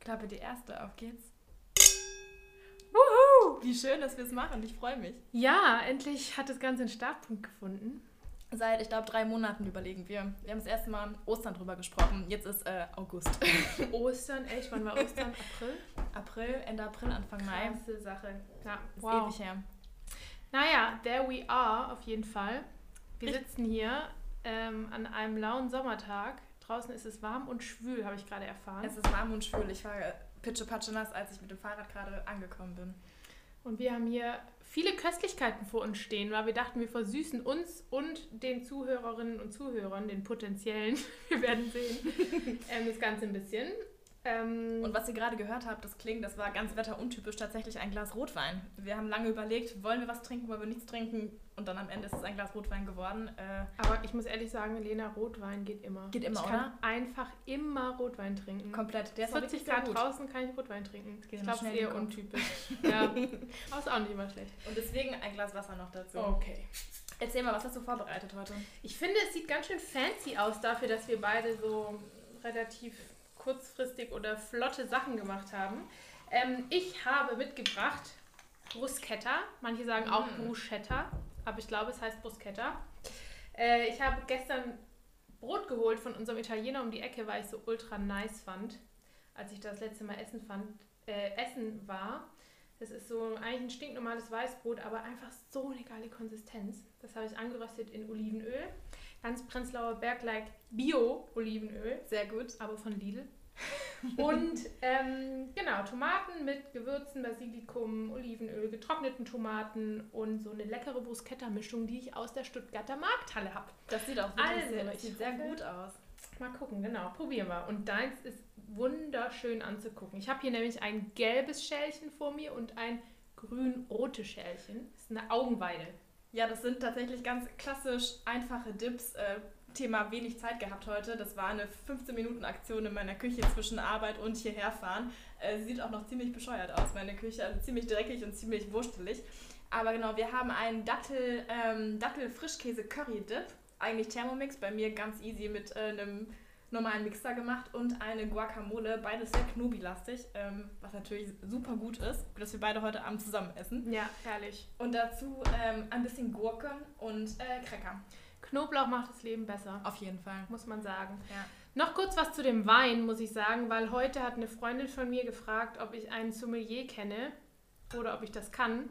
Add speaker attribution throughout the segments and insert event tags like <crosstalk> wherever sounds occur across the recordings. Speaker 1: Klappe die erste, auf geht's. Wuhu!
Speaker 2: Wie schön, dass wir es machen. Ich freue mich.
Speaker 1: Ja, endlich hat das Ganze einen Startpunkt gefunden.
Speaker 2: Seit, ich glaube, drei Monaten überlegen wir. Wir haben das erste Mal Ostern drüber gesprochen. Jetzt ist äh, August.
Speaker 1: <laughs> Ostern, echt, wann war <laughs> Ostern? April?
Speaker 2: April, Ende April, Anfang Mai.
Speaker 1: Krasse Sache. Ja,
Speaker 2: Ist
Speaker 1: wow.
Speaker 2: ewig her.
Speaker 1: Naja, there we are, auf jeden Fall. Wir
Speaker 2: Ich-
Speaker 1: sitzen hier ähm, an einem lauen Sommertag. Draußen ist es warm und schwül, habe ich gerade erfahren.
Speaker 2: Es ist warm und schwül. Ich war pitschepatsche nass, als ich mit dem Fahrrad gerade angekommen bin.
Speaker 1: Und wir haben hier viele Köstlichkeiten vor uns stehen, weil wir dachten, wir versüßen uns und den Zuhörerinnen und Zuhörern, den potenziellen, <laughs> wir werden <laughs> sehen, ähm, das Ganze ein bisschen. Ähm,
Speaker 2: Und was ihr gerade gehört habt, das klingt, das war ganz wetteruntypisch, tatsächlich ein Glas Rotwein. Wir haben lange überlegt, wollen wir was trinken, wollen wir nichts trinken? Und dann am Ende ist es ein Glas Rotwein geworden. Äh,
Speaker 1: aber ich muss ehrlich sagen, Lena, Rotwein geht immer.
Speaker 2: Geht immer,
Speaker 1: ich kann einfach immer Rotwein trinken.
Speaker 2: komplett. Der ist auch
Speaker 1: 40
Speaker 2: wirklich sehr
Speaker 1: Grad
Speaker 2: gut.
Speaker 1: draußen kann ich Rotwein trinken.
Speaker 2: Geht
Speaker 1: ich
Speaker 2: immer
Speaker 1: glaube, es
Speaker 2: schnell
Speaker 1: ist
Speaker 2: in den
Speaker 1: eher
Speaker 2: Kopf.
Speaker 1: untypisch.
Speaker 2: <laughs>
Speaker 1: ja, aber ist auch nicht immer schlecht.
Speaker 2: Und deswegen ein Glas Wasser noch dazu.
Speaker 1: Okay.
Speaker 2: Erzähl mal, was hast du vorbereitet heute?
Speaker 1: Ich finde, es sieht ganz schön fancy aus dafür, dass wir beide so relativ kurzfristig oder flotte Sachen gemacht haben. Ähm, ich habe mitgebracht Bruschetta. Manche sagen auch
Speaker 2: Mm.
Speaker 1: Bruschetta, aber ich glaube, es heißt Bruschetta. Äh, ich habe gestern Brot geholt von unserem Italiener um die Ecke, weil ich so ultra nice fand, als ich das letzte Mal essen, fand, äh, essen war. Das ist so eigentlich ein stinknormales Weißbrot, aber einfach so eine geile Konsistenz. Das habe ich angeröstet in Olivenöl. Ganz Prenzlauer Berg like Bio-Olivenöl,
Speaker 2: Sehr gut.
Speaker 1: aber von Lidl. Und ähm, genau, Tomaten mit Gewürzen, Basilikum, Olivenöl, getrockneten Tomaten und so eine leckere Bruschetta-Mischung, die ich aus der Stuttgarter Markthalle habe.
Speaker 2: Das sieht auch
Speaker 1: Also,
Speaker 2: wirklich sehr,
Speaker 1: ich
Speaker 2: sieht sehr
Speaker 1: hoffe-
Speaker 2: gut aus.
Speaker 1: Mal gucken, genau, probieren wir. Und deins ist wunderschön anzugucken. Ich habe hier nämlich ein gelbes Schälchen vor mir und ein grün-rotes Schälchen. Das ist eine Augenweide.
Speaker 2: Ja, das sind tatsächlich ganz klassisch einfache Dips. Äh, Thema wenig Zeit gehabt heute. Das war eine 15-Minuten-Aktion in meiner Küche zwischen Arbeit und hierher fahren. Äh, sieht auch noch ziemlich bescheuert aus, meine Küche. Also ziemlich dreckig und ziemlich wurstelig. Aber genau, wir haben einen Dattel, ähm, Dattel-Frischkäse-Curry-Dip. Eigentlich Thermomix, bei mir ganz easy mit äh, einem normalen Mixer gemacht und eine Guacamole. Beides sehr knobi-lastig, ähm, was natürlich super gut ist, dass wir beide heute Abend zusammen essen.
Speaker 1: Ja, herrlich.
Speaker 2: Und dazu ähm, ein bisschen Gurke und äh, Cracker.
Speaker 1: Knoblauch macht das Leben besser,
Speaker 2: Auf jeden Fall.
Speaker 1: muss man sagen.
Speaker 2: Ja.
Speaker 1: Noch kurz was zu dem Wein, muss ich sagen, weil heute hat eine Freundin von mir gefragt, ob ich einen Sommelier kenne oder ob ich das kann.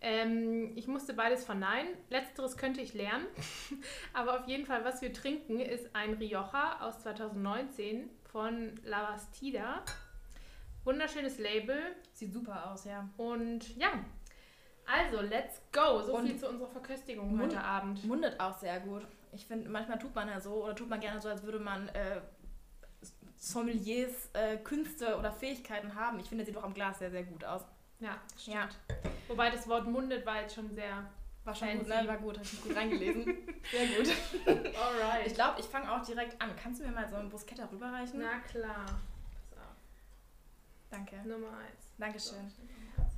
Speaker 1: Ähm, ich musste beides verneinen. Letzteres könnte ich lernen. <laughs> Aber auf jeden Fall, was wir trinken, ist ein Rioja aus 2019 von La Bastida. Wunderschönes Label.
Speaker 2: Sieht super aus, ja.
Speaker 1: Und ja, also let's go. So
Speaker 2: Und-
Speaker 1: viel zu unserer Verköstigung
Speaker 2: Mund-
Speaker 1: heute Abend.
Speaker 2: Mundet auch sehr gut. Ich finde, manchmal tut man ja so oder tut man gerne so, als würde man äh, Sommeliers äh, Künste oder Fähigkeiten haben. Ich finde, sieht auch am Glas sehr, sehr gut aus.
Speaker 1: Ja, stimmt.
Speaker 2: Ja.
Speaker 1: Wobei das Wort mundet war jetzt schon sehr.
Speaker 2: War schon gut,
Speaker 1: Fancy.
Speaker 2: ne? War gut, hab ich gut reingelesen. <laughs> sehr gut. Ich
Speaker 1: Alright.
Speaker 2: glaube, ich fange auch direkt an. Kannst du mir mal so einen Bruschetta rüberreichen?
Speaker 1: Na klar. Pass auf.
Speaker 2: Danke.
Speaker 1: Nummer eins.
Speaker 2: Dankeschön.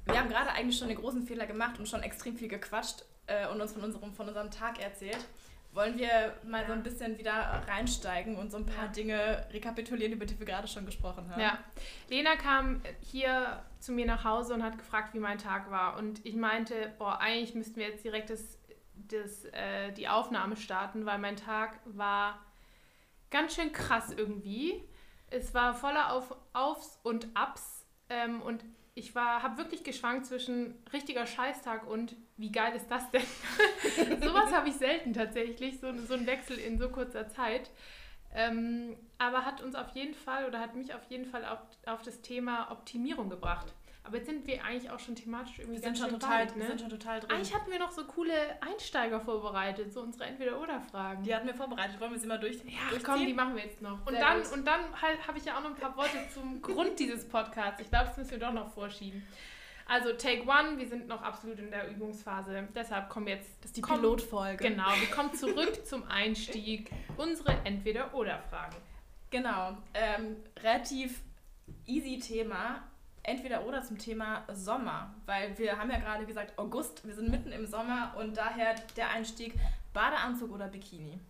Speaker 2: Wir haben gerade eigentlich schon einen großen Fehler gemacht und schon extrem viel gequatscht äh, und uns von unserem, von unserem Tag erzählt. Wollen wir mal so ein bisschen wieder reinsteigen und so ein paar
Speaker 1: Ja.
Speaker 2: Dinge rekapitulieren, über die wir gerade schon gesprochen haben?
Speaker 1: Ja. Lena kam hier zu mir nach Hause und hat gefragt, wie mein Tag war. Und ich meinte, boah, eigentlich müssten wir jetzt direkt das, das, äh, die Aufnahme starten, weil mein Tag war ganz schön krass irgendwie. Es war voller Auf, Aufs und Ups. Ähm, und ich habe wirklich geschwankt zwischen richtiger Scheißtag und wie geil ist das denn? <laughs> Sowas habe ich selten tatsächlich, so, so ein Wechsel in so kurzer Zeit. Ähm, aber hat uns auf jeden Fall oder hat mich auf jeden Fall auf, auf das Thema Optimierung gebracht. Aber jetzt sind wir eigentlich auch schon thematisch irgendwie
Speaker 2: Wir sind,
Speaker 1: ganz
Speaker 2: schon
Speaker 1: schön
Speaker 2: total,
Speaker 1: weit,
Speaker 2: wir
Speaker 1: ne?
Speaker 2: sind schon total drin.
Speaker 1: Eigentlich hatten wir noch so coole Einsteiger vorbereitet, so unsere Entweder-Oder-Fragen.
Speaker 2: die hatten wir vorbereitet. Wollen wir sie mal durch,
Speaker 1: Ja,
Speaker 2: durchziehen?
Speaker 1: komm, die machen wir jetzt noch. Und
Speaker 2: Sehr
Speaker 1: dann,
Speaker 2: gut.
Speaker 1: und dann halt, habe ich ja auch noch ein paar Worte zum <laughs> Grund dieses Podcasts. Ich glaube, das müssen wir doch noch vorschieben. Also, Take One, wir sind noch absolut in der Übungsphase. Deshalb kommen jetzt.
Speaker 2: das ist die
Speaker 1: komm-
Speaker 2: Pilotfolge.
Speaker 1: Genau, wir kommen zurück <laughs> zum Einstieg. Unsere Entweder-Oder-Fragen.
Speaker 2: Genau. Ähm, relativ easy Thema. Entweder oder zum Thema Sommer, weil wir haben ja gerade gesagt August, wir sind mitten im Sommer und daher der Einstieg Badeanzug oder Bikini.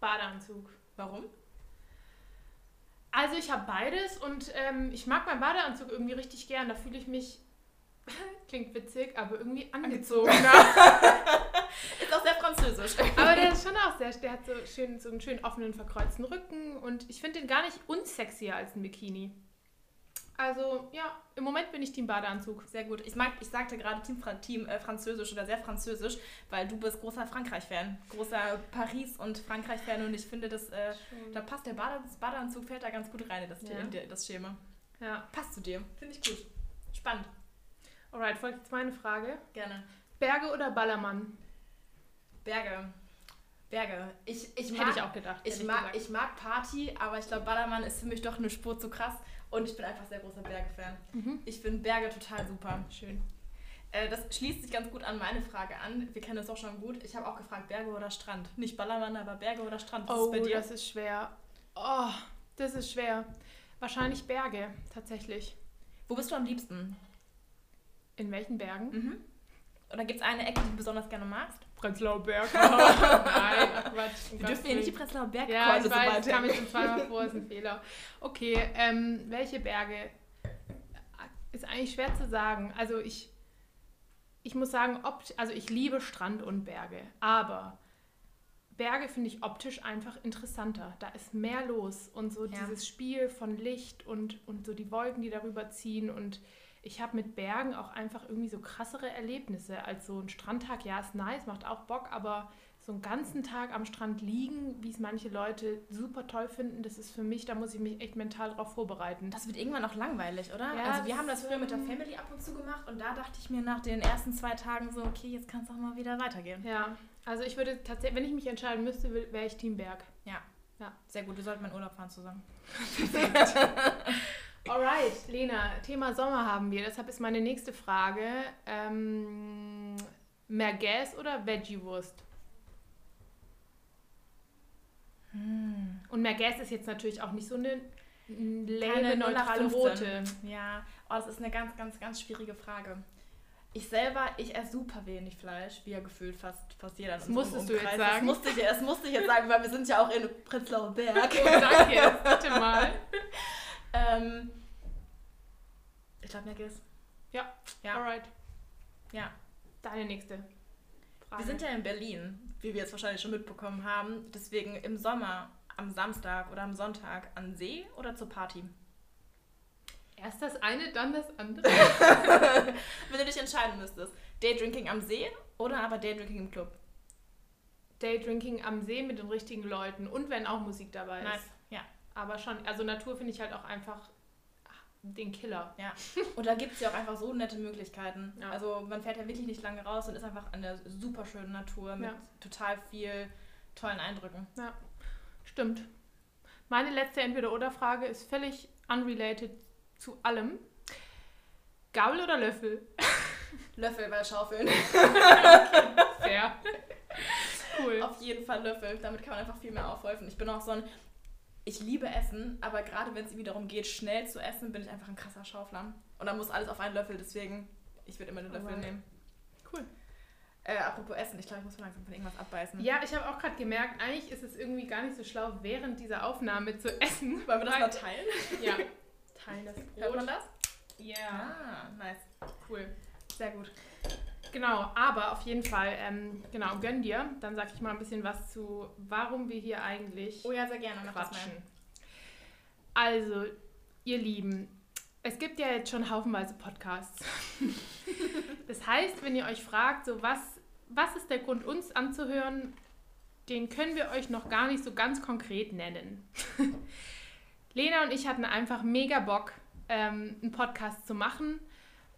Speaker 1: Badeanzug.
Speaker 2: Warum?
Speaker 1: Also, Also ich habe beides und ähm, ich mag meinen Badeanzug irgendwie richtig gern. Da fühle ich mich, <laughs> klingt witzig, aber irgendwie angezogener.
Speaker 2: Ist auch sehr französisch. <laughs>
Speaker 1: aber der ist schon auch sehr, der hat so, schön, so einen schönen offenen, verkreuzten Rücken und ich finde den gar nicht unsexier als ein Bikini. Also ja, im Moment bin ich Team Badeanzug.
Speaker 2: Sehr gut. Ich, mag, ich sagte gerade Team, Fran Team äh, Französisch oder sehr Französisch, weil du bist großer Frankreich-Fan, großer Paris- und Frankreich-Fan und ich finde, das, äh, da passt der Bade das Badeanzug fällt da ganz gut rein in das,
Speaker 1: Ja.
Speaker 2: in der- das Schema.
Speaker 1: Ja,
Speaker 2: Passt zu dir. Finde ich gut. Spannend.
Speaker 1: alright, folgt jetzt meine Frage.
Speaker 2: Gerne.
Speaker 1: Berge oder Ballermann?
Speaker 2: Berge. Berge. Ich, ich mag,
Speaker 1: Hätte ich auch gedacht.
Speaker 2: Ich
Speaker 1: ehrlich
Speaker 2: mag,
Speaker 1: gesagt.
Speaker 2: ich mag Party, aber ich glaube, Ballermann ist für mich doch eine Spur zu krass. Und ich bin einfach sehr großer Berge-Fan.
Speaker 1: Mhm.
Speaker 2: Ich finde Berge total super.
Speaker 1: Schön.
Speaker 2: Äh, das schließt sich ganz gut an meine Frage an. Wir kennen uns auch schon gut. Ich habe auch gefragt, Berge oder Strand. Nicht Ballermann, aber Berge oder Strand. Was
Speaker 1: oh,
Speaker 2: ist bei dir?
Speaker 1: das ist schwer. Oh, das ist schwer. Wahrscheinlich Berge, tatsächlich.
Speaker 2: Wo bist du am liebsten?
Speaker 1: In welchen Bergen?
Speaker 2: Mhm. Oder gibt es eine Ecke, die du besonders gerne magst?
Speaker 1: Prenzlauer <laughs> Berg. Nein, ach Quatsch. um
Speaker 2: Wir dürfen
Speaker 1: Gottes
Speaker 2: hier nicht die
Speaker 1: Willen.
Speaker 2: Prenzlauer Berge
Speaker 1: Ja, ich weiß, ich kam jetzt schon zweimal vor, ist ein Fehler. Okay, ähm, welche Berge? Ist eigentlich schwer zu sagen. Also ich, ich muss sagen, opt also ich liebe Strand und Berge, aber Berge finde ich optisch einfach interessanter. Da ist mehr los und so
Speaker 2: Ja.
Speaker 1: dieses Spiel von Licht und, und so die Wolken, die darüber ziehen und ich habe mit Bergen auch einfach irgendwie so krassere Erlebnisse als so ein Strandtag. Ja, ist nice, macht auch Bock, aber so einen ganzen Tag am Strand liegen, wie es manche Leute super toll finden, das ist für mich, da muss ich mich echt mental drauf vorbereiten.
Speaker 2: Das wird irgendwann auch langweilig, oder?
Speaker 1: Ja,
Speaker 2: also wir
Speaker 1: das-
Speaker 2: haben das früher mit der Family ab und zu gemacht und da dachte ich mir nach den ersten zwei Tagen so, okay, jetzt kann es auch mal wieder weitergehen.
Speaker 1: ja, also ich würde tatsächlich, wenn ich mich entscheiden müsste, wär- wäre ich Team Berg.
Speaker 2: Sehr gut, wir sollten mal in Urlaub fahren zusammen.
Speaker 1: Alright, Lena, Thema Sommer haben wir. Deshalb ist meine nächste Frage: ähm, Merguez oder Veggie-Wurst?
Speaker 2: Hm.
Speaker 1: Und Merguez ist jetzt natürlich auch nicht so eine
Speaker 2: Keine
Speaker 1: lame, neutrale
Speaker 2: 0815.
Speaker 1: Rote.
Speaker 2: Ja, oh, das ist eine ganz, ganz, ganz schwierige Frage. Ich selber, ich esse super wenig Fleisch, wie ja gefühlt fast, fast jeder. in
Speaker 1: Das
Speaker 2: unserem
Speaker 1: musstest du jetzt
Speaker 2: Umkreis. Das
Speaker 1: sagen.
Speaker 2: musste, ich, das musste ich jetzt sagen, weil wir sind ja auch in Prenzlauer
Speaker 1: <laughs>
Speaker 2: Berg.
Speaker 1: Oh, danke, jetzt, bitte mal.
Speaker 2: ähm, ich glaube, Merkis. <laughs> Ja.
Speaker 1: Alright.
Speaker 2: Ja.
Speaker 1: Deine nächste Frage.
Speaker 2: Wir sind ja in Berlin, wie wir jetzt wahrscheinlich schon mitbekommen haben. Deswegen im Sommer, am Samstag oder am Sonntag an See oder zur Party.
Speaker 1: Erst das eine, dann das andere.
Speaker 2: <laughs> Wenn du dich entscheiden müsstest, Daydrinking am See oder aber Daydrinking im Club.
Speaker 1: Daydrinking am See mit den richtigen Leuten und wenn auch Musik dabei ist.
Speaker 2: Nice. Ja.
Speaker 1: Aber schon, also Natur finde ich halt auch einfach den Killer.
Speaker 2: Und da gibt es ja auch einfach so nette Möglichkeiten.
Speaker 1: Ja.
Speaker 2: Also man fährt ja wirklich nicht lange raus und ist einfach an der super schönen Natur mit
Speaker 1: Ja.
Speaker 2: total viel tollen Eindrücken.
Speaker 1: Stimmt. Meine letzte Entweder-Oder-Frage ist völlig unrelated zu allem. Gabel oder Löffel?
Speaker 2: Löffel bei Schaufeln.
Speaker 1: <laughs> Fair. cool.
Speaker 2: Auf jeden Fall Löffel. Damit kann man einfach viel mehr aufhäufen. Ich bin auch so ein. Ich liebe Essen, aber gerade wenn es irgendwie darum geht, schnell zu essen, bin ich einfach ein krasser Schaufler. Und dann muss alles auf einen Löffel, deswegen, ich würde immer den Löffel
Speaker 1: Alright.
Speaker 2: nehmen.
Speaker 1: Cool.
Speaker 2: Äh, apropos Essen, ich glaube, ich muss mir langsam von irgendwas abbeißen.
Speaker 1: Ja, ich habe auch gerade gemerkt, eigentlich ist es irgendwie gar nicht so schlau, während dieser Aufnahme zu essen. <laughs>
Speaker 2: Wollen wir das mal teilen?
Speaker 1: Ja. Teilen das
Speaker 2: Hört man
Speaker 1: Brot.
Speaker 2: das?
Speaker 1: <laughs> Ja.
Speaker 2: Ah, nice.
Speaker 1: Cool.
Speaker 2: Sehr gut.
Speaker 1: Genau, aber auf jeden Fall, ähm, genau, gönn dir. Dann sag ich mal ein bisschen was zu, warum wir hier eigentlich
Speaker 2: Oh ja, sehr gerne. Mach das mal.
Speaker 1: quatschen. Also, ihr Lieben, es gibt ja jetzt schon haufenweise Podcasts. das heißt, wenn ihr euch fragt, so was, was ist der Grund, uns anzuhören, den können wir euch noch gar nicht so ganz konkret nennen. <laughs> Lena und ich hatten einfach mega Bock, ähm, einen Podcast zu machen.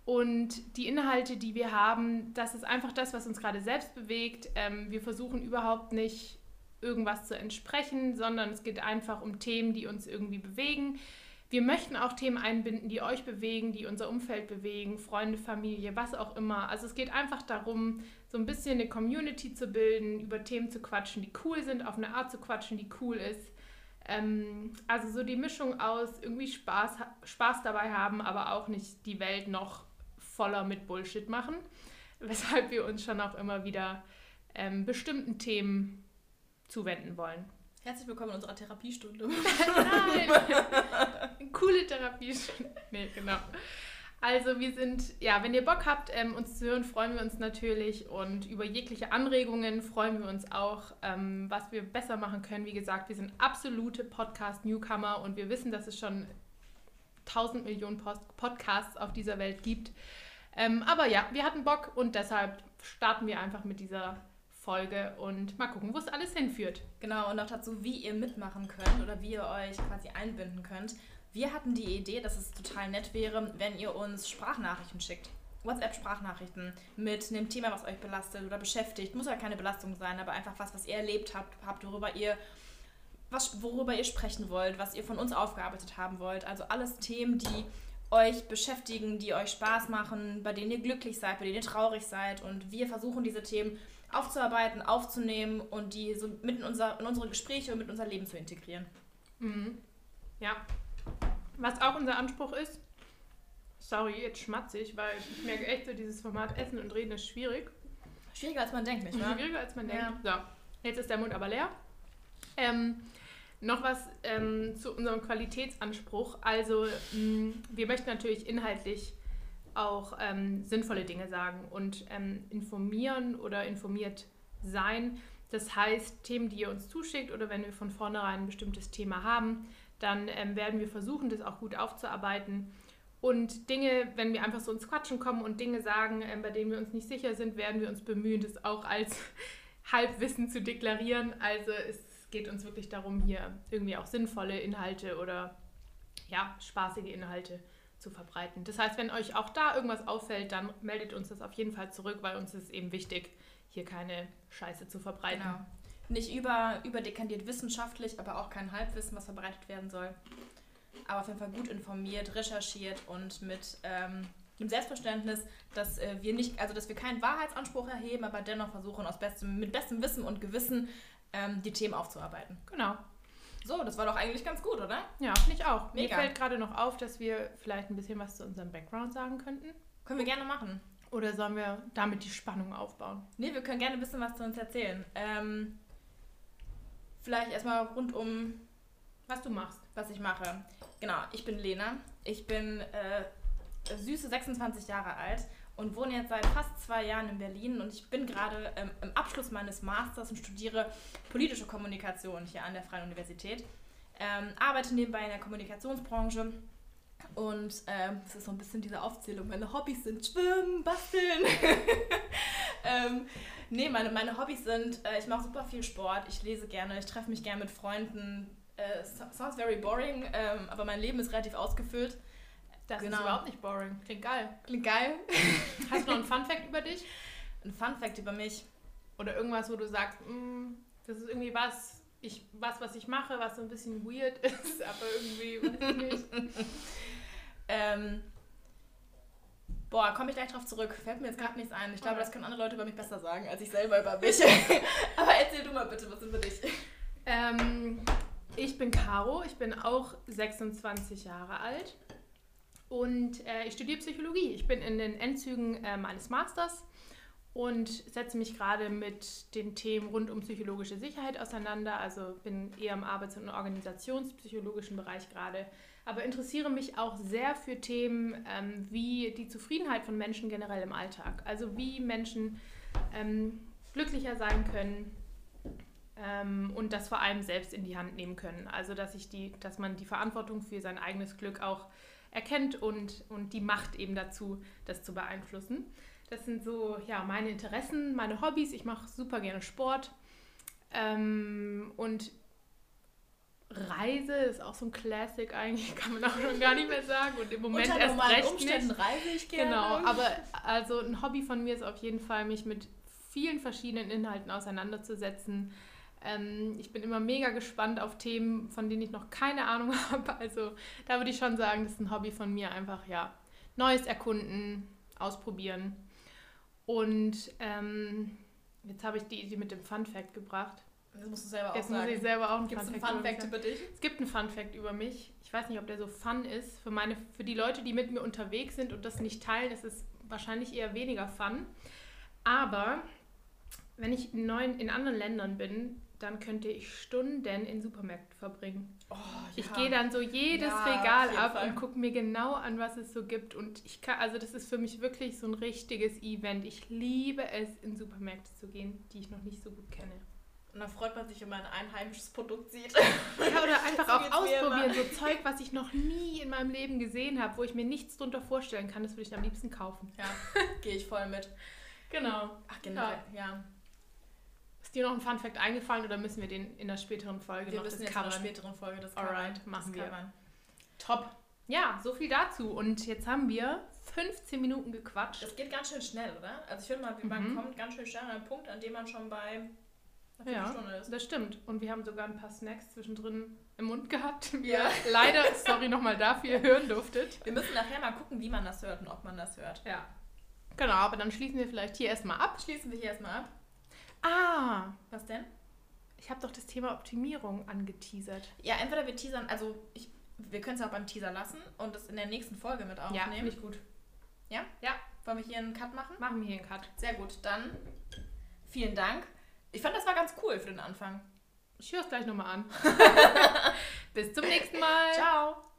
Speaker 1: Und die Inhalte, die wir haben, das ist einfach das, was uns gerade selbst bewegt. Ähm, wir versuchen überhaupt nicht, irgendwas zu entsprechen, sondern es geht einfach um Themen, die uns irgendwie bewegen. Wir möchten auch Themen einbinden, die euch bewegen, die unser Umfeld bewegen, Freunde, Familie, was auch immer. Also es geht einfach darum, so ein bisschen eine Community zu bilden, über Themen zu quatschen, die cool sind, auf eine Art zu quatschen, die cool ist. Ähm, also so die Mischung aus irgendwie Spaß, Spaß dabei haben, aber auch nicht die Welt noch voller mit Bullshit machen. <laughs> Weshalb wir uns schon auch immer wieder ähm, bestimmten Themen zuwenden wollen.
Speaker 2: Herzlich willkommen in unserer Therapiestunde.
Speaker 1: Nein! Therapie. nee, genau. Also wir sind, ja, wenn ihr Bock habt, ähm, uns zu hören, freuen wir uns natürlich und über jegliche Anregungen freuen wir uns auch, ähm, was wir besser machen können. Wie gesagt, wir sind absolute Podcast-Newcomer und wir wissen, dass es schon 1000 Millionen Post Podcasts auf dieser Welt gibt. Ähm, aber ja, wir hatten Bock und deshalb starten wir einfach mit dieser Folge und mal gucken, wo es alles hinführt.
Speaker 2: Genau, und auch dazu, wie ihr mitmachen könnt oder wie ihr euch quasi einbinden könnt. Wir hatten die Idee, dass es total nett wäre, wenn ihr uns Sprachnachrichten schickt. WhatsApp-Sprachnachrichten mit einem Thema, was euch belastet oder beschäftigt. Muss ja keine Belastung sein, aber einfach was, was ihr erlebt habt, habt worüber ihr, was, worüber ihr sprechen wollt, was ihr von uns aufgearbeitet haben wollt. Also alles Themen, die euch beschäftigen, die euch Spaß machen, bei denen ihr glücklich seid, bei denen ihr traurig seid. Und wir versuchen diese Themen aufzuarbeiten, aufzunehmen und die so mit in, unser, in unsere Gespräche und mit unser Leben zu integrieren.
Speaker 1: Mhm. Ja. Was auch unser Anspruch ist, sorry, jetzt schmatze ich, weil ich merke echt so, dieses Format Essen und Reden ist schwierig.
Speaker 2: Schwieriger als man denkt,
Speaker 1: <laughs>
Speaker 2: nicht wahr?
Speaker 1: Schwieriger als man denkt. So, jetzt ist der Mund aber leer. Ähm, noch was ähm, zu unserem Qualitätsanspruch. Also mh, wir möchten natürlich inhaltlich auch ähm, sinnvolle Dinge sagen und ähm, informieren oder informiert sein. Das heißt, Themen, die ihr uns zuschickt oder wenn wir von vornherein ein bestimmtes Thema haben, dann ähm, werden wir versuchen, das auch gut aufzuarbeiten. Und Dinge, wenn wir einfach so ins Quatschen kommen und Dinge sagen, ähm, bei denen wir uns nicht sicher sind, werden wir uns bemühen, das auch als <laughs> Halbwissen zu deklarieren. Also es geht uns wirklich darum, hier irgendwie auch sinnvolle Inhalte oder ja, spaßige Inhalte zu verbreiten. Das heißt, wenn euch auch da irgendwas auffällt, dann meldet uns das auf jeden Fall zurück, weil uns ist eben wichtig, hier keine Scheiße zu verbreiten.
Speaker 2: Genau. Nicht über, überdekandiert wissenschaftlich, aber auch kein Halbwissen, was verbreitet werden soll. Aber auf jeden Fall gut informiert, recherchiert und mit ähm, dem Selbstverständnis, dass äh, wir nicht, also dass wir keinen Wahrheitsanspruch erheben, aber dennoch versuchen, aus bestem, mit bestem Wissen und Gewissen ähm, die Themen aufzuarbeiten.
Speaker 1: Genau.
Speaker 2: So, das war doch eigentlich ganz gut, oder?
Speaker 1: Ja, mich auch.
Speaker 2: Mega.
Speaker 1: Mir fällt gerade noch auf, dass wir vielleicht ein bisschen was zu unserem Background sagen könnten.
Speaker 2: Können wir gerne machen.
Speaker 1: Oder sollen wir damit die Spannung aufbauen?
Speaker 2: Nee, wir können gerne ein bisschen was zu uns erzählen. Ähm, vielleicht erstmal rund um,
Speaker 1: Was du machst.
Speaker 2: was ich mache. Genau, ich bin Lena. Ich bin äh, süße 26 Jahre alt und wohne jetzt seit fast zwei Jahren in Berlin. Und ich bin gerade ähm, im Abschluss meines Masters und studiere politische Kommunikation hier an der Freien Universität. Ähm, arbeite nebenbei in der Kommunikationsbranche. Und ähm, es ist so ein bisschen diese Aufzählung. Meine Hobbys sind Schwimmen, Basteln. <laughs> ähm, nee, meine, meine Hobbys sind, äh, ich mache super viel Sport, ich lese gerne, ich treffe mich gerne mit Freunden. Äh, so- sounds very boring, ähm, aber mein Leben ist relativ ausgefüllt.
Speaker 1: Das
Speaker 2: Genau.
Speaker 1: ist überhaupt nicht boring. Klingt geil.
Speaker 2: Klingt geil.
Speaker 1: Hast du noch einen Funfact über dich?
Speaker 2: Ein Fun Fact über mich.
Speaker 1: Oder irgendwas, wo du sagst, "Mm, das ist irgendwie was, ich, was, was ich mache, was so ein bisschen weird <laughs> ist, aber irgendwie, weiß ich nicht.
Speaker 2: Ähm, boah, komme ich gleich drauf zurück. Fällt mir jetzt gerade nichts ein. Ich glaube,
Speaker 1: Okay.
Speaker 2: das können andere Leute über mich besser sagen, als ich selber
Speaker 1: <laughs>
Speaker 2: über mich. aber erzähl du mal bitte, was sind für dich?
Speaker 1: Ähm, ich bin Caro, ich bin auch 26 Jahre alt und äh, ich studiere Psychologie. Ich bin in den Endzügen äh, meines Masters und setze mich gerade mit den Themen rund um psychologische Sicherheit auseinander. Also bin eher im Arbeits- und Organisationspsychologischen Bereich gerade, aber interessiere mich auch sehr für Themen ähm, wie die Zufriedenheit von Menschen generell im Alltag. Also wie Menschen ähm, glücklicher sein können, ähm, und das vor allem selbst in die Hand nehmen können. Also dass ich die, dass man die Verantwortung für sein eigenes Glück auch erkennt und, und die Macht eben dazu, das zu beeinflussen. Das sind so ja meine Interessen, meine Hobbys. Ich mache super gerne Sport ähm, und Reise ist auch so ein Classic eigentlich, <laughs> kann man auch schon gar nicht mehr sagen. Und im Moment
Speaker 2: Unter
Speaker 1: erst
Speaker 2: normalen
Speaker 1: recht
Speaker 2: Umständen
Speaker 1: nicht.
Speaker 2: reise ich gerne.
Speaker 1: Genau, aber also ein Hobby von mir ist auf jeden Fall, mich mit vielen verschiedenen Inhalten auseinanderzusetzen. Ähm, ich bin immer mega gespannt auf Themen, von denen ich noch keine Ahnung <laughs> habe. Also da würde ich schon sagen, das ist ein Hobby von mir, einfach ja, Neues erkunden, ausprobieren. Und ähm, jetzt habe ich die Idee mit dem Fun Fact gebracht.
Speaker 2: Das musst du selber
Speaker 1: Jetzt
Speaker 2: auch
Speaker 1: muss
Speaker 2: sagen.
Speaker 1: ich selber auch einen
Speaker 2: Gibt es
Speaker 1: Fun
Speaker 2: einen
Speaker 1: Fact
Speaker 2: Fun
Speaker 1: über mich
Speaker 2: Fact
Speaker 1: sagen.
Speaker 2: über dich?
Speaker 1: Es gibt einen Fun Fact über mich. Ich weiß nicht, ob der so fun ist. Für, meine, für die Leute, die mit mir unterwegs sind und das nicht teilen, ist es wahrscheinlich eher weniger fun. Aber wenn ich in, neuen, in anderen Ländern bin, dann könnte ich Stunden in Supermärkten verbringen.
Speaker 2: Oh, ja.
Speaker 1: Ich gehe dann so jedes
Speaker 2: Ja, auf
Speaker 1: Regal
Speaker 2: jeden
Speaker 1: ab
Speaker 2: Fall.
Speaker 1: und gucke mir genau an, was es so gibt. Und ich kann, also das ist für mich wirklich so ein richtiges Event. Ich liebe es, in Supermärkte zu gehen, die ich noch nicht so gut kenne.
Speaker 2: Und dann freut man sich, wenn man ein einheimisches Produkt <laughs> sieht.
Speaker 1: Ja, oder einfach
Speaker 2: So
Speaker 1: auch
Speaker 2: geht's mir
Speaker 1: ausprobieren, so Zeug, was ich noch nie in meinem Leben gesehen habe, wo ich mir nichts drunter vorstellen kann, das würde ich am liebsten kaufen.
Speaker 2: Ja, gehe ich voll mit.
Speaker 1: Genau.
Speaker 2: Ach, generell, ja.
Speaker 1: Ist dir noch ein Fun Fact eingefallen oder müssen wir den in der späteren Folge
Speaker 2: Wir
Speaker 1: noch
Speaker 2: müssen jetzt in
Speaker 1: covern?
Speaker 2: einer späteren Folge das
Speaker 1: Alright,
Speaker 2: covern.
Speaker 1: machen
Speaker 2: das
Speaker 1: wir.
Speaker 2: covern.
Speaker 1: Top. Ja, so viel dazu. Und jetzt haben wir 15 Minuten gequatscht.
Speaker 2: Das geht ganz schön schnell, oder? Also ich finde mal, wie man
Speaker 1: Mhm.
Speaker 2: kommt ganz schön schnell an einen Punkt, an dem man schon bei einer
Speaker 1: Ja.
Speaker 2: Viertelstunde ist.
Speaker 1: Das stimmt. Und wir haben sogar ein paar Snacks zwischendrin im Mund gehabt, die
Speaker 2: Ja.
Speaker 1: wir <laughs> leider, sorry nochmal
Speaker 2: <laughs>
Speaker 1: dafür, hören durftet.
Speaker 2: Wir müssen nachher mal gucken, wie man das hört und ob man das hört.
Speaker 1: Ja. Genau, aber dann schließen wir vielleicht hier erstmal ab.
Speaker 2: Schließen wir hier erstmal ab.
Speaker 1: Ah,
Speaker 2: Was denn?
Speaker 1: ich habe doch das Thema Optimierung angeteasert.
Speaker 2: Ja, entweder wir teasern, also ich, wir können es auch beim Teaser lassen und es in der nächsten Folge mit
Speaker 1: Ja,
Speaker 2: aufnehmen.
Speaker 1: finde ich gut.
Speaker 2: Wollen wir hier einen Cut machen?
Speaker 1: Machen wir hier einen Cut.
Speaker 2: Sehr gut, dann vielen Dank. Ich fand, das war ganz cool für den Anfang.
Speaker 1: Ich höre es gleich nochmal an. Bis zum nächsten Mal.
Speaker 2: Ciao.